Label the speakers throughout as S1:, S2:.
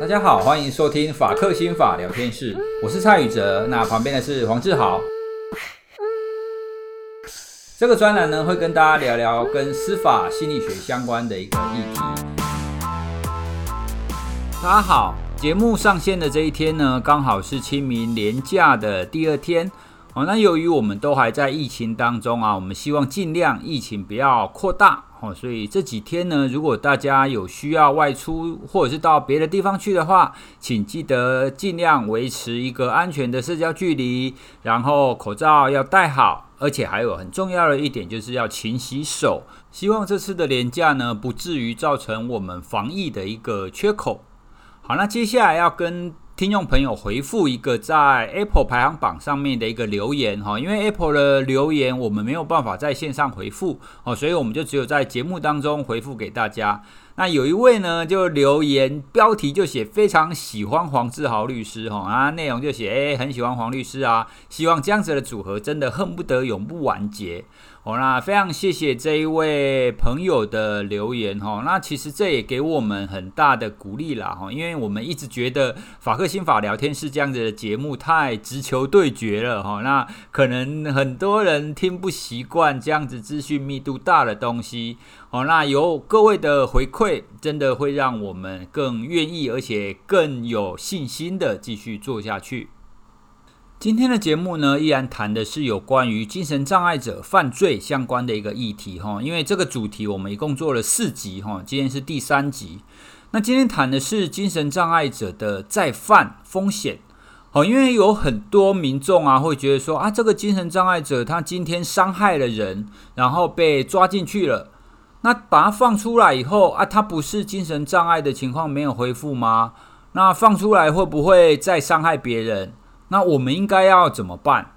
S1: 大家好，欢迎收听法克心法聊天室，我是蔡宇哲，那旁边的是黄志豪。这个专栏呢，会跟大家聊聊跟司法心理学相关的一个议题。大家好，节目上线的这一天呢，刚好是清明连假的第二天。哦，那由于我们都还在疫情当中啊，我们希望尽量疫情不要扩大哦，所以这几天呢，如果大家有需要外出或者是到别的地方去的话，请记得尽量维持一个安全的社交距离，然后口罩要戴好，而且还有很重要的一点就是要勤洗手。希望这次的廉价呢，不至于造成我们防疫的一个缺口。好，那接下来要跟听众朋友回复一个在 Apple 排行榜上面的一个留言哈，因为 Apple 的留言我们没有办法在线上回复哦，所以我们就只有在节目当中回复给大家。那有一位呢，就留言标题就写非常喜欢黄志豪律师哈啊，内容就写哎、很喜欢黄律师啊，希望这样子的组合真的恨不得永不完结。哦，那非常谢谢这一位朋友的留言哈、哦。那其实这也给我们很大的鼓励啦哈、哦，因为我们一直觉得法克心法聊天室这样子的节目太直球对决了哈、哦。那可能很多人听不习惯这样子资讯密度大的东西哦。那有各位的回馈，真的会让我们更愿意，而且更有信心的继续做下去。今天的节目呢，依然谈的是有关于精神障碍者犯罪相关的一个议题哈，因为这个主题我们一共做了四集哈，今天是第三集。那今天谈的是精神障碍者的再犯风险。哦，因为有很多民众啊，会觉得说啊，这个精神障碍者他今天伤害了人，然后被抓进去了，那把他放出来以后啊，他不是精神障碍的情况没有恢复吗？那放出来会不会再伤害别人？那我们应该要怎么办？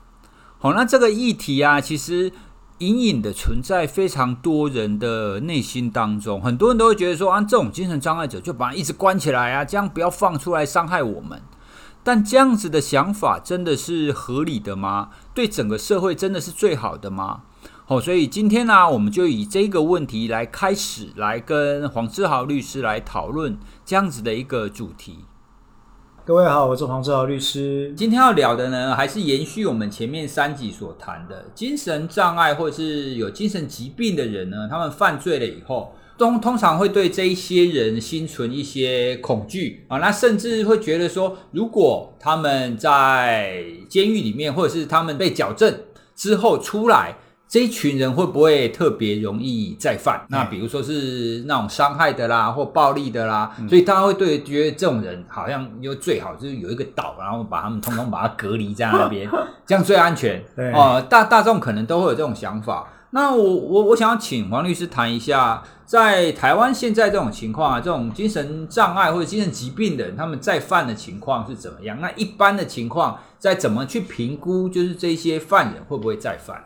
S1: 好，那这个议题啊，其实隐隐的存在非常多人的内心当中，很多人都会觉得说，啊，这种精神障碍者就把他一直关起来啊，这样不要放出来伤害我们。但这样子的想法真的是合理的吗？对整个社会真的是最好的吗？哦，所以今天呢、我们就以这个问题来开始，来跟黄志豪律师来讨论这样子的一个主题。
S2: 各位好，我是黄志豪律师。
S1: 今天要聊的呢，还是延续我们前面三集所谈的，精神障碍或者是有精神疾病的人呢，他们犯罪了以后，通通常会对这一些人心存一些恐惧啊，那甚至会觉得说，如果他们在监狱里面，或者是他们被矫正之后出来。这一群人会不会特别容易再犯？那比如说是那种伤害的啦，或暴力的啦，所以大家会对觉得这种人好像又最好就是有一个岛，然后把他们通通把它隔离在那边，这样最安全。
S2: 对
S1: 哦，大大众可能都会有这种想法。那我我我想要请黄律师谈一下，在台湾现在这种情况啊，这种精神障碍或者精神疾病的人，他们再犯的情况是怎么样？那一般的情况，再怎么去评估，就是这些犯人会不会再犯啊、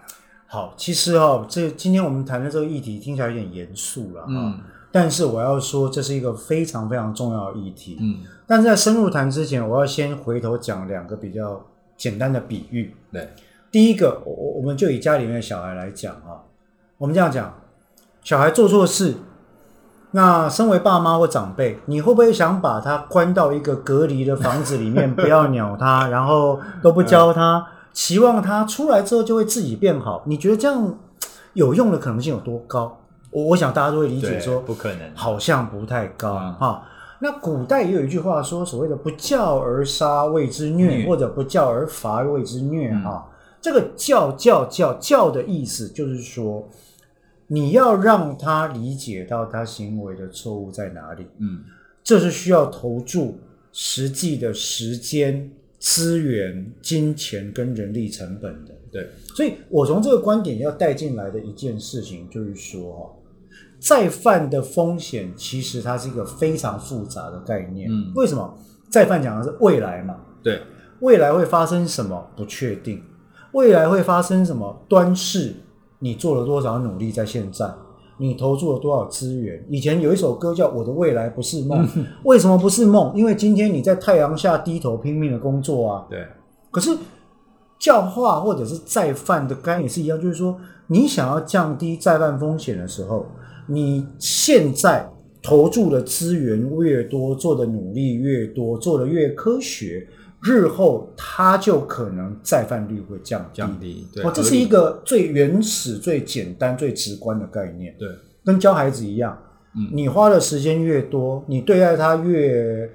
S2: 好，其实哦，这今天我们谈的这个议题听起来有点严肃了哈、
S1: 嗯
S2: 但是我要说，这是一个非常非常重要的议题。
S1: 嗯，
S2: 但是在深入谈之前，我要先回头讲两个比较简单的比喻。
S1: 对。
S2: 第一个，我我我们就以家里面的小孩来讲啊，我们这样讲，小孩做错事，那身为爸妈或长辈，你会不会想把他关到一个隔离的房子里 面，不要鸟他，然后都不教他，期望他出来之后就会自己变好？你觉得这样有用的可能性有多高？我我想大家都会理解
S1: 对，
S2: 说，
S1: 不可能，
S2: 好像不太高
S1: 嗯
S2: 哈、那古代也有一句话说，所谓的“不教而杀，谓之
S1: 虐
S2: 虐”，或者“不教而罚，谓之虐”哈、这个“教”“教”“教”“教”的意思就是说，你要让他理解到他行为的错误在哪里，
S1: 嗯，
S2: 这是需要投注实际的时间、资源、金钱跟人力成本的。
S1: 对，
S2: 所以我从这个观点要带进来的一件事情，就是说哈，再犯的风险其实它是一个非常复杂的概念。
S1: 嗯
S2: 为什么再犯讲的是未来嘛？
S1: 对，
S2: 未来会发生什么不确定，未来会发生什么端视你做了多少努力在现在，你投注了多少资源。以前有一首歌叫《我的未来不是梦》，为什么不是梦？因为今天你在太阳下低头拼命的工作啊，
S1: 对，
S2: 可是教化或者是再犯的概念也是一样，就是说你想要降低再犯风险的时候，你现在投注的资源越多，做的努力越多，做的越科学，日后他就可能再犯率会降低。
S1: 降低，对，
S2: 哦，这是一个最原始、最简单、最直观的概念，
S1: 对
S2: 跟教孩子一样。
S1: 嗯
S2: 你花的时间越多，你对待他越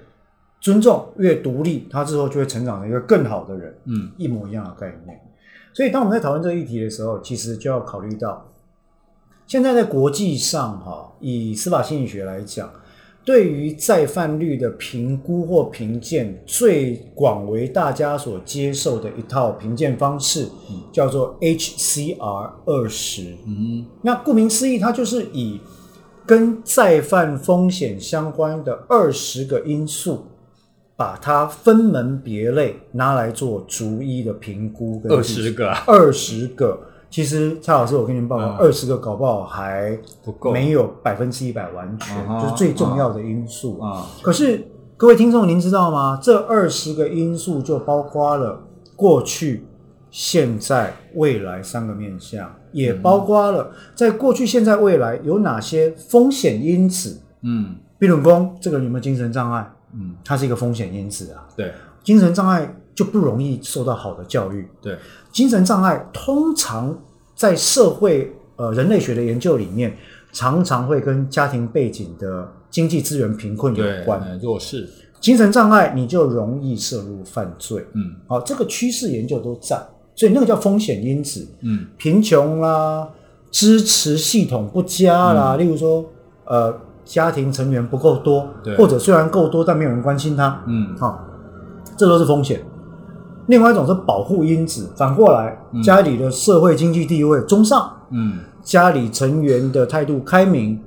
S2: 尊重、越独立，他之后就会成长成一个更好的人。
S1: 嗯
S2: 一模一样的概念。所以，当我们在讨论这个议题的时候，其实就要考虑到，现在在国际上哈，以司法心理学来讲，对于再犯率的评估或评鉴，最广为大家所接受的一套评鉴方式，叫做 HCR 二十。
S1: 嗯
S2: 那顾名思义，它就是以跟再犯风险相关的二十个因素，把它分门别类，拿来做逐一的评估跟
S1: 二十个啊
S2: 二十个。其实蔡老师，我跟您报告，
S1: 嗯
S2: 二十、个搞不好还
S1: 不够
S2: 没有百分之一百完全，
S1: 啊哈
S2: 就是最重要的因素。
S1: 啊，
S2: 可是各位听众，您知道吗？这二十个因素就包括了过去、现在、未来三个面向，也包括了在过去、现在、未来有哪些风险因子。
S1: 嗯
S2: 比如公这个人有没有精神障碍？
S1: 嗯，
S2: 它是一个风险因子啊。
S1: 对
S2: 精神障碍就不容易受到好的教育。
S1: 对，
S2: 精神障碍通常在社会呃人类学的研究里面，常常会跟家庭背景的经济资源贫困有
S1: 对，
S2: 关。
S1: 嗯弱势，
S2: 精神障碍你就容易涉入犯罪。
S1: 嗯
S2: 好、这个趋势研究都在，所以那个叫风险因子，
S1: 嗯
S2: 贫穷啦，支持系统不佳啦，例如说呃家庭成员不够多
S1: 对，
S2: 或者虽然够多但没有人关心他，
S1: 嗯
S2: 好、这都是风险。另外一种是保护因子，反过来家里的社会经济地位中上，
S1: 嗯
S2: 家里成员的态度开明，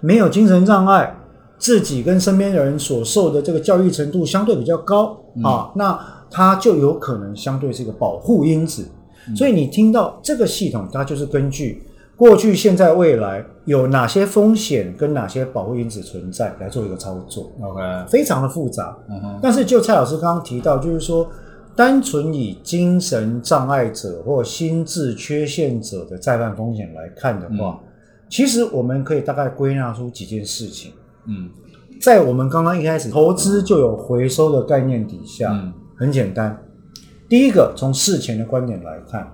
S2: 没有精神障碍，自己跟身边的人所受的这个教育程度相对比较高、啊，那他就有可能相对是一个保护因子。所以你听到这个系统，它就是根据过去、现在、未来有哪些风险跟哪些保护因子存在来做一个操作，
S1: ，OK，
S2: 非常的复杂。
S1: 嗯哼，
S2: 但是就蔡老师刚刚提到，就是说，单纯以精神障碍者或心智缺陷者的再犯风险来看的话，
S1: 嗯
S2: 其实我们可以大概归纳出几件事情。
S1: 嗯
S2: 在我们刚刚一开始投资就有回收的概念底下，
S1: 嗯
S2: 很简单。第一个，从事前的观点来看，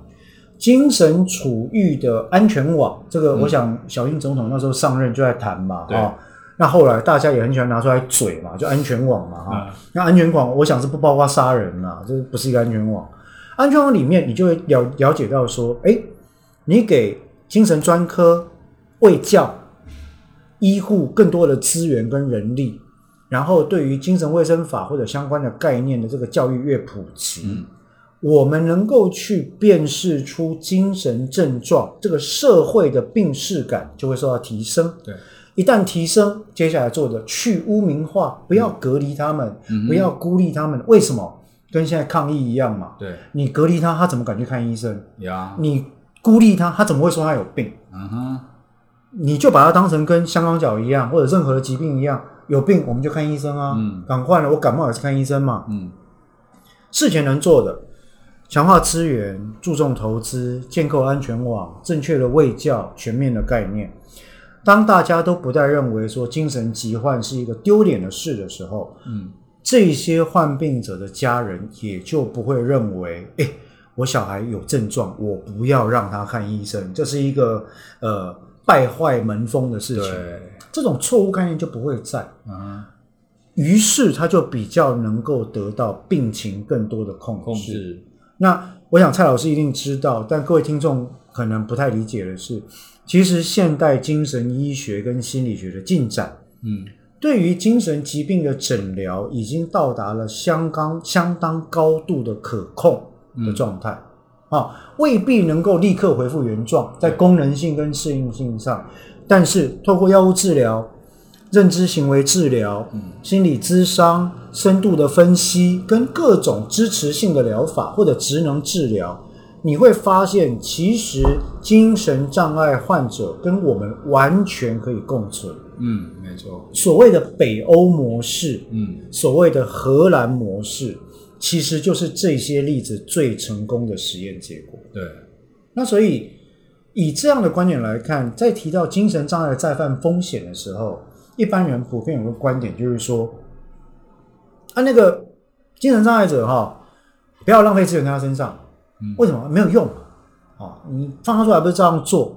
S2: 精神处遇的安全网，这个我想小英总统那时候上任就在谈嘛，
S1: 嗯对
S2: 哦那后来大家也很喜欢拿出来嘴嘛，就安全网嘛，哈、
S1: 嗯
S2: 那安全网我想是不包括杀人啦，这不是一个安全网。安全网里面你就会了了解到说，哎，你给精神专科、卫教、医护更多的资源跟人力，然后对于精神卫生法或者相关的概念的这个教育越普及，
S1: 嗯
S2: 我们能够去辨识出精神症状，这个社会的病视感就会受到提升。
S1: 对，
S2: 一旦提升，接下来做的去污名化，不要隔离他们，不要孤立他们。为什么？跟现在抗疫一样嘛。
S1: 对
S2: 你隔离他，他怎么敢去看医生？
S1: 呀，
S2: 你孤立他，他怎么会说他有病？
S1: 嗯哼，
S2: 你就把它当成跟香港脚一样，或者任何的疾病一样，有病我们就看医生啊。
S1: 嗯
S2: 赶快了，我感冒也是看医生嘛。
S1: 嗯
S2: 事前能做的，强化资源，注重投资，建构安全网，正确的卫教，全面的概念。当大家都不再认为说精神疾患是一个丢脸的事的时候，
S1: 嗯
S2: 这些患病者的家人也就不会认为，哎、我小孩有症状，我不要让他看医生，这是一个呃败坏门风的事情。
S1: 对，
S2: 这种错误概念就不会在。
S1: 嗯哼，
S2: 于是他就比较能够得到病情更多的控制。
S1: 控制，
S2: 那我想蔡老师一定知道，但各位听众可能不太理解的是，其实现代精神医学跟心理学的进展，
S1: 嗯
S2: 对于精神疾病的诊疗已经到达了相当相当高度的可控的状态。啊、未必能够立刻恢复原状，在功能性跟适应性上，但是透过药物治疗、认知行为治疗、心理咨商、深度的分析跟各种支持性的疗法或者职能治疗，你会发现，其实精神障碍患者跟我们完全可以共存。
S1: 嗯，没错，
S2: 所谓的北欧模式，
S1: 嗯
S2: 所谓的荷兰模式，其实就是这些例子最成功的实验结果。
S1: 对，
S2: 那所以以这样的观点来看，在提到精神障碍的再犯风险的时候，一般人普遍有个观点，就是说，啊，那个精神障碍者哈、不要浪费资源在他身上，
S1: 嗯
S2: 为什么没有用嘛？哦，你放他出来不是照样做？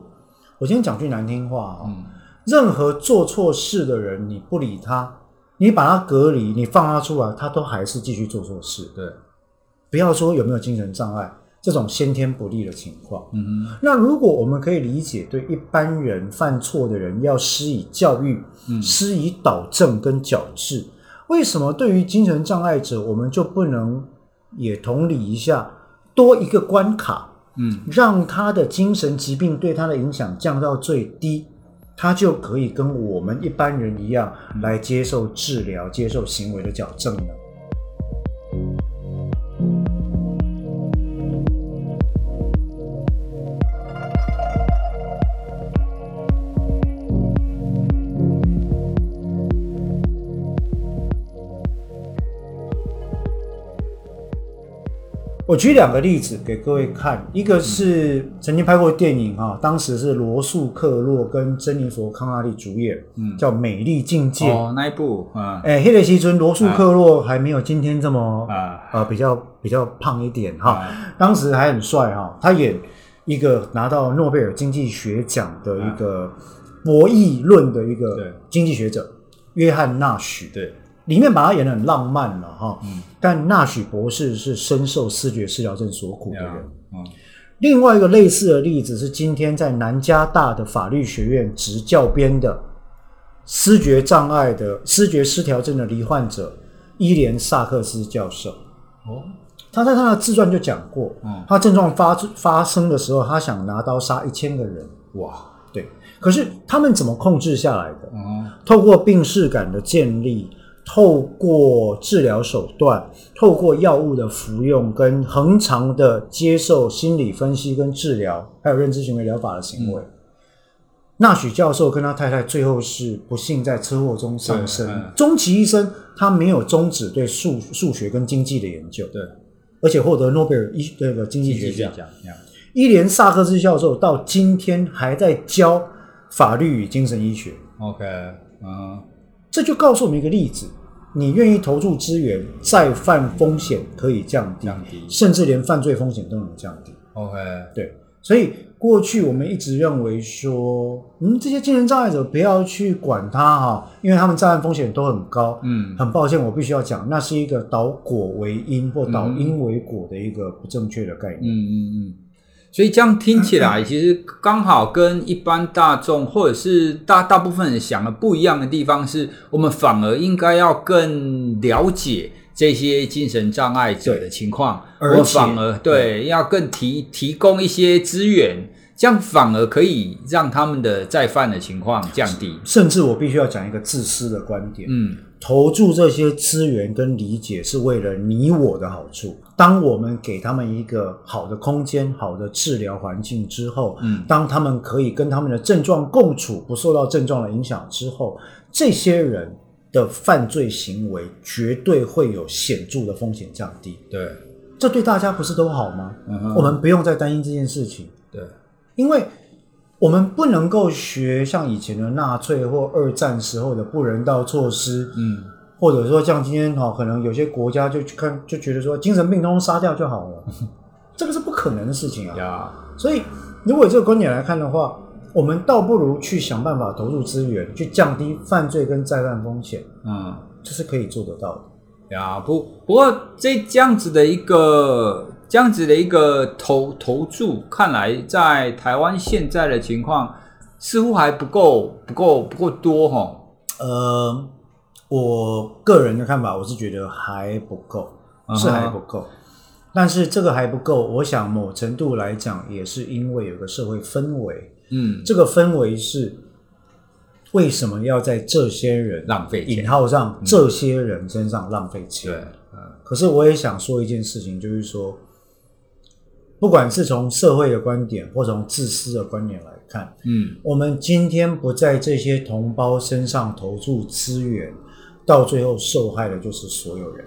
S2: 我今天讲句难听话哦，
S1: 嗯
S2: 任何做错事的人，你不理他，你把他隔离，你放他出来，他都还是继续做错事。
S1: 对，
S2: 不要说有没有精神障碍这种先天不利的情况。
S1: 嗯哼，
S2: 那如果我们可以理解，对一般人犯错的人要施以教育、
S1: 嗯
S2: 施以导正跟矫治，为什么对于精神障碍者，我们就不能也同理一下，多一个关卡，
S1: 嗯
S2: 让他的精神疾病对他的影响降到最低，他就可以跟我们一般人一样来接受治疗、接受行为的矫正了。我举两个例子给各位看，一个是
S1: 嗯
S2: 曾经拍过电影哈、当时是罗素·克洛跟珍妮佛·康纳利主演，
S1: 嗯，
S2: 叫《美丽境界》。
S1: 哦那一部，嗯
S2: 哎、黑雷西尊罗素·克洛还没有今天这么
S1: 啊
S2: 呃比较比较胖一点哈、
S1: 啊
S2: 当时还很帅哈、他演一个拿到诺贝尔经济学奖的一个博弈论的一
S1: 啊对
S2: 个经济学者约翰纳许，
S1: 对，
S2: 里面把他演的很浪漫了哈、
S1: 嗯
S2: 但纳许博士是深受视觉失调症所苦的人。
S1: 嗯
S2: 另外一个类似的例子是今天在南加大的法律学院执教编的视觉障碍的视觉失调症的罹患者伊莲萨克斯教授。
S1: 哦
S2: 他在他的自传就讲过，
S1: 嗯
S2: 他症状发发生的时候，他想拿刀杀一千个人，
S1: 哇，
S2: 对，可是他们怎么控制下来的？
S1: 嗯
S2: 透过病视感的建立，透过治疗手段，透过药物的服用跟恒常的接受心理分析跟治疗，还有认知行为疗法的行为。纳许教授跟他太太最后是不幸在车祸中丧生
S1: 对嗯，
S2: 终其一生，他没有终止对数数学跟经济的研究，
S1: 对，
S2: 而且获得诺贝尔医那个经济学奖。
S1: 讲，
S2: 伊莲萨克斯教授到今天还在教法律与精神医学。
S1: OK，嗯
S2: 这就告诉我们一个例子：你愿意投入资源，再犯风险可以降低，
S1: 降低
S2: 甚至连犯罪风险都能降低。
S1: ，OK，
S2: 对，所以过去我们一直认为说，嗯，这些精神障碍者不要去管他哈，因为他们障碍风险都很高。
S1: 嗯
S2: 很抱歉，我必须要讲，那是一个导果为因或导因为果的一个不正确的概
S1: 嗯
S2: 念。
S1: 嗯嗯。所以这样听起 来，其实刚好跟一般大众或者是大大部分人想的不一样的地方是，我们反而应该要更了解这些精神障碍者的情况，我
S2: 对
S1: 们
S2: 而且嗯
S1: 反而对要更提提供一些资源，这样反而可以让他们的再犯的情况降低。
S2: 甚至我必须要讲一个自私的观点，
S1: 嗯，
S2: 投注这些资源跟理解是为了你我的好处。当我们给他们一个好的空间、好的治疗环境之后，
S1: 嗯
S2: 当他们可以跟他们的症状共处，不受到症状的影响之后，这些人的犯罪行为绝对会有显著的风险降低。
S1: 对，
S2: 这对大家不是都好吗？
S1: 嗯哼
S2: 我们不用再担心这件事情。
S1: 对，
S2: 因为我们不能够学像以前的纳粹或二战时候的不人道措施，
S1: 嗯，
S2: 或者说像今天哈、哦，可能有些国家就去看就觉得说精神病通通杀掉就好 了，这个是不可能的事情啊。
S1: 呀，
S2: 所以如果以这个观点来看的话，我们倒不如去想办法投入资源，去降低犯罪跟再犯风险，
S1: 嗯。
S2: 这是可以做得到的。
S1: 呀，不不过这这样子的一个这样子的一个投投注，看来在台湾现在的情况似乎还不够不够不够多哈。
S2: 呃，我个人的看法，我是觉得还不够，
S1: 嗯哼
S2: 是还不够。但是这个还不够，我想某程度来讲，也是因为有个社会氛围，
S1: 嗯，
S2: 这个氛围是为什么要在这些人
S1: 浪费
S2: 引
S1: 钱，
S2: 号上这些人身上浪费钱？
S1: 对，嗯
S2: 可是我也想说一件事情，就是说，不管是从社会的观点或从自私的观点来看，
S1: 嗯
S2: 我们今天不在这些同胞身上投注资源，到最后受害的就是所有人。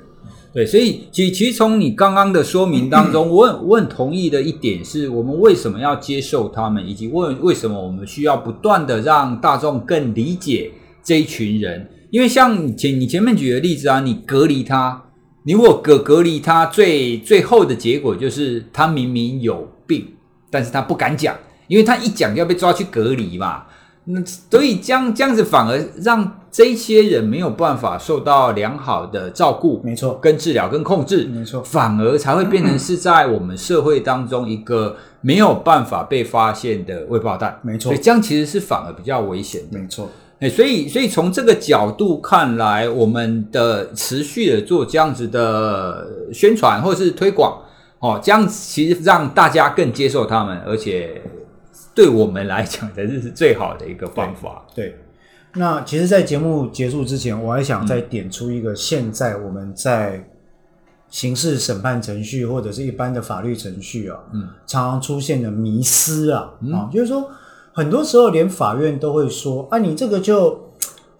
S1: 对，所以其其实从你刚刚的说明当中，我很我很同意的一点是，我们为什么要接受他们，以及为为什么我们需要不断的让大众更理解这一群人，因为像你前你前面举的例子啊，你隔离他，你如果隔隔离他，最最后的结果就是他明明有病，但是他不敢讲，因为他一讲就要被抓去隔离嘛。那所以这样这样子反而让这些人没有办法受到良好的照顾，
S2: 没错，
S1: 跟治疗跟控制，
S2: 没错
S1: 反而才会变成是在我们社会当中一个没有办法被发现的未爆弹，
S2: 没错
S1: 所以这样其实是反而比较危险的。
S2: 没错，
S1: 哎，所以所以从这个角度看来，我们的持续的做这样子的宣传或是推广，哦，这样其实让大家更接受他们，而且对我们来讲才是最好的一个方法。
S2: 对。那其实，在节目结束之前，我还想再点出一个，现在我们在刑事审判程序或者是一般的法律程序啊，
S1: 嗯，
S2: 常常出现的迷失啊，啊，就是说，很多时候连法院都会说啊，你这个就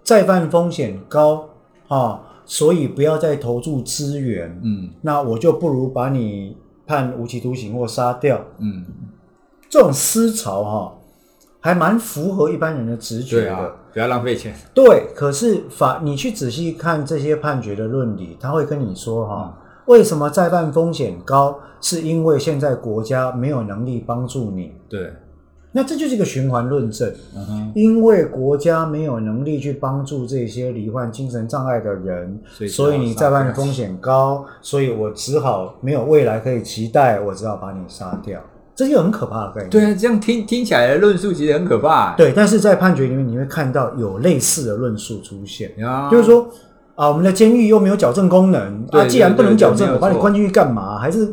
S2: 再犯风险高啊，所以不要再投注资源，
S1: 嗯
S2: 那我就不如把你判无期徒刑或杀掉。
S1: 嗯，
S2: 这种思潮哈、还蛮符合一般人的直觉
S1: 对
S2: 的。
S1: 啊，不要浪费钱。
S2: 对，可是法你去仔细看这些判决的论理，他会跟你说哈、
S1: 嗯
S2: 为什么再犯风险高，是因为现在国家没有能力帮助你。
S1: 对，
S2: 那这就是一个循环论证，
S1: 嗯哼，
S2: 因为国家没有能力去帮助这些罹患精神障碍的人，
S1: 所以
S2: 所以你
S1: 只好
S2: 再
S1: 杀
S2: 犯风险高，所以我只好没有未来可以期待，我只好把你杀掉，这是一个很可怕的概念。
S1: 对啊啊，这样听听起来的论述其实很可怕。
S2: 对，但是在判决里面你会看到有类似的论述出现，
S1: 啊，
S2: 就是说啊，我们的监狱又没有矫正功能
S1: 对
S2: 啊，
S1: 对
S2: 既然不能矫
S1: 对对没
S2: 正，
S1: 有
S2: 我把你
S1: 错
S2: 关进去干嘛？还是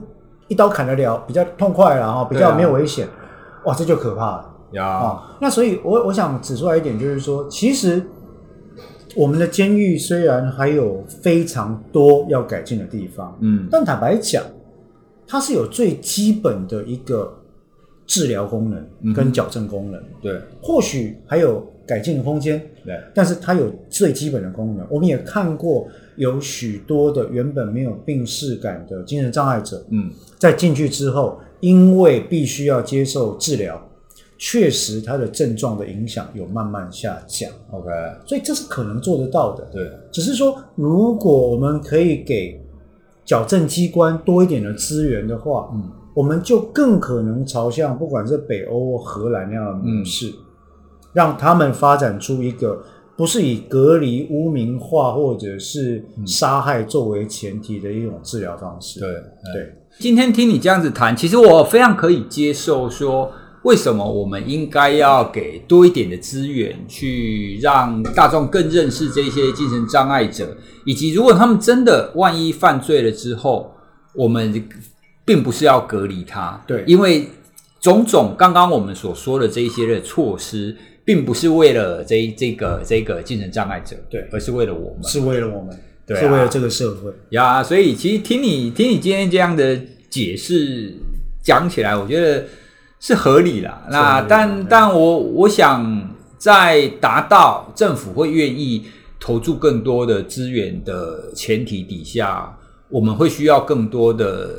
S2: 一刀砍得了，比较痛快啦，哈，比
S1: 对啊
S2: 较没有危险，哇，这就可怕了。
S1: 呀，
S2: 啊、那所以我我想指出来一点，就是说，其实我们的监狱虽然还有非常多要改进的地方，
S1: 嗯，
S2: 但坦白讲，它是有最基本的一个治疗功能跟矫正功能，
S1: 对
S2: 或许还有改进的空间。
S1: 对，
S2: 但是它有最基本的功能，我们也看过有许多的原本没有病视感的精神障碍者，
S1: 嗯
S2: 在进去之后，因为必须要接受治疗，确实他的症状的影响有慢慢下降，
S1: ，OK，
S2: 所以这是可能做得到的。
S1: 对，
S2: 只是说，如果我们可以给矫正机关多一点的资源的话，
S1: 嗯，
S2: 我们就更可能朝向不管是北欧或荷兰那样的模式，让他们发展出一个不是以隔离、污名化或者是杀害作为前提的一种治疗方式。
S1: 对，嗯
S2: 对。
S1: 今天听你这样子谈，其实我非常可以接受说，为什么我们应该要给多一点的资源，去让大众更认识这些精神障碍者，以及如果他们真的万一犯罪了之后，我们并不是要隔离他，
S2: 对
S1: 因为种种刚刚我们所说的这一些的措施，并不是为了这一这个这个精神障碍者，
S2: 对
S1: 而是为了我们。
S2: 是为了我们，
S1: 对啊
S2: 是为了这个社会。
S1: 呀，所以其实听你听你今天这样的解释讲起来，我觉得是合理啦。那
S2: 是合理的嗯
S1: 但
S2: 对
S1: 但我我想在达到政府会愿意投注更多的资源的前提底下，我们会需要更多的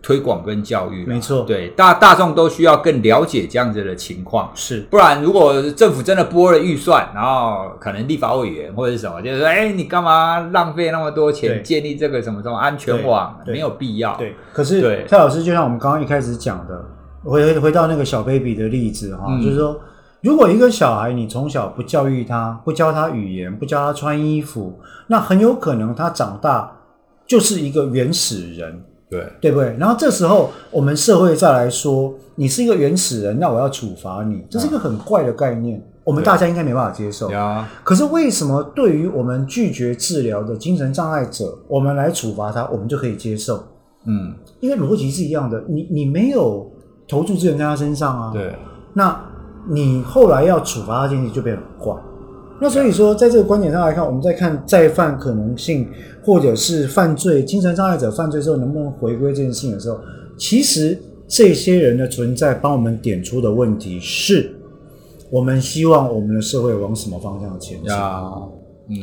S1: 推广跟教育啦。
S2: 没错
S1: 对大大众都需要更了解这样子的情况。
S2: 是
S1: 不然，如果政府真的拨了预算，然后可能立法委员或者是什么，就是说，哎，你干嘛浪费那么多钱
S2: 对
S1: 建立这个什么什么安全网？
S2: 对对
S1: 没有必要。
S2: 对，可
S1: 对
S2: 是蔡老师就像我们刚刚一开始讲的，回回回到那个小 baby 的例子哈，
S1: 嗯
S2: 就是说，如果一个小孩你从小不教育他，不教他语言，不教他穿衣服，那很有可能他长大就是一个原始人，
S1: 对
S2: 对不对？然后这时候我们社会再来说，你是一个原始人，那我要处罚你，这是一个很怪的概念，我们
S1: 对
S2: 大家应该没办法接受。
S1: 呀，
S2: 可是为什么对于我们拒绝治疗的精神障碍者，我们来处罚他，我们就可以接受？
S1: 嗯，
S2: 因为逻辑是一样的，你你没有投注资源在他身上啊，，
S1: 对，
S2: 那你后来要处罚他，前提就变得很怪。那所以说，在这个观点上来看，我们再看再犯可能性，或者是犯罪精神障碍者犯罪之后能不能回归这件事情的时候，其实这些人的存在帮我们点出的问题是，我们希望我们的社会往什么方向前进？
S1: 呀，嗯，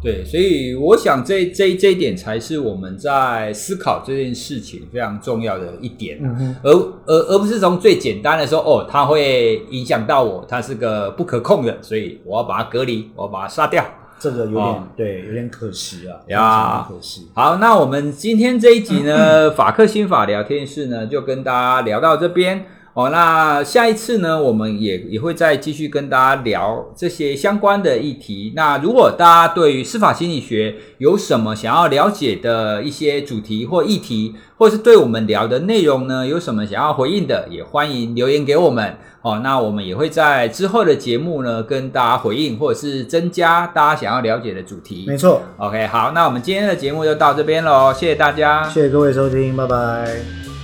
S1: 对，所以我想这这这一点才是我们在思考这件事情非常重要的一点，
S2: 嗯哼，
S1: 而而而不是从最简单的说哦，它会影响到我，它是个不可控的，所以我要把它隔离，我要把它杀掉。
S2: 这个有点、
S1: 哦
S2: 对，有点可惜啊，
S1: 呀
S2: 有点可惜。
S1: 好，那我们今天这一集呢，法克心法聊天室呢，就跟大家聊到这边哦。那下一次呢，我们也也会再继续跟大家聊这些相关的议题。那如果大家对于司法心理学有什么想要了解的一些主题或议题，或是对我们聊的内容呢，有什么想要回应的，也欢迎留言给我们哦。那我们也会在之后的节目呢，跟大家回应，或者是增加大家想要了解的主题。
S2: 没错，
S1: OK，好，那我们今天的节目就到这边喽，谢谢大家，
S2: 谢谢各位收听，拜拜。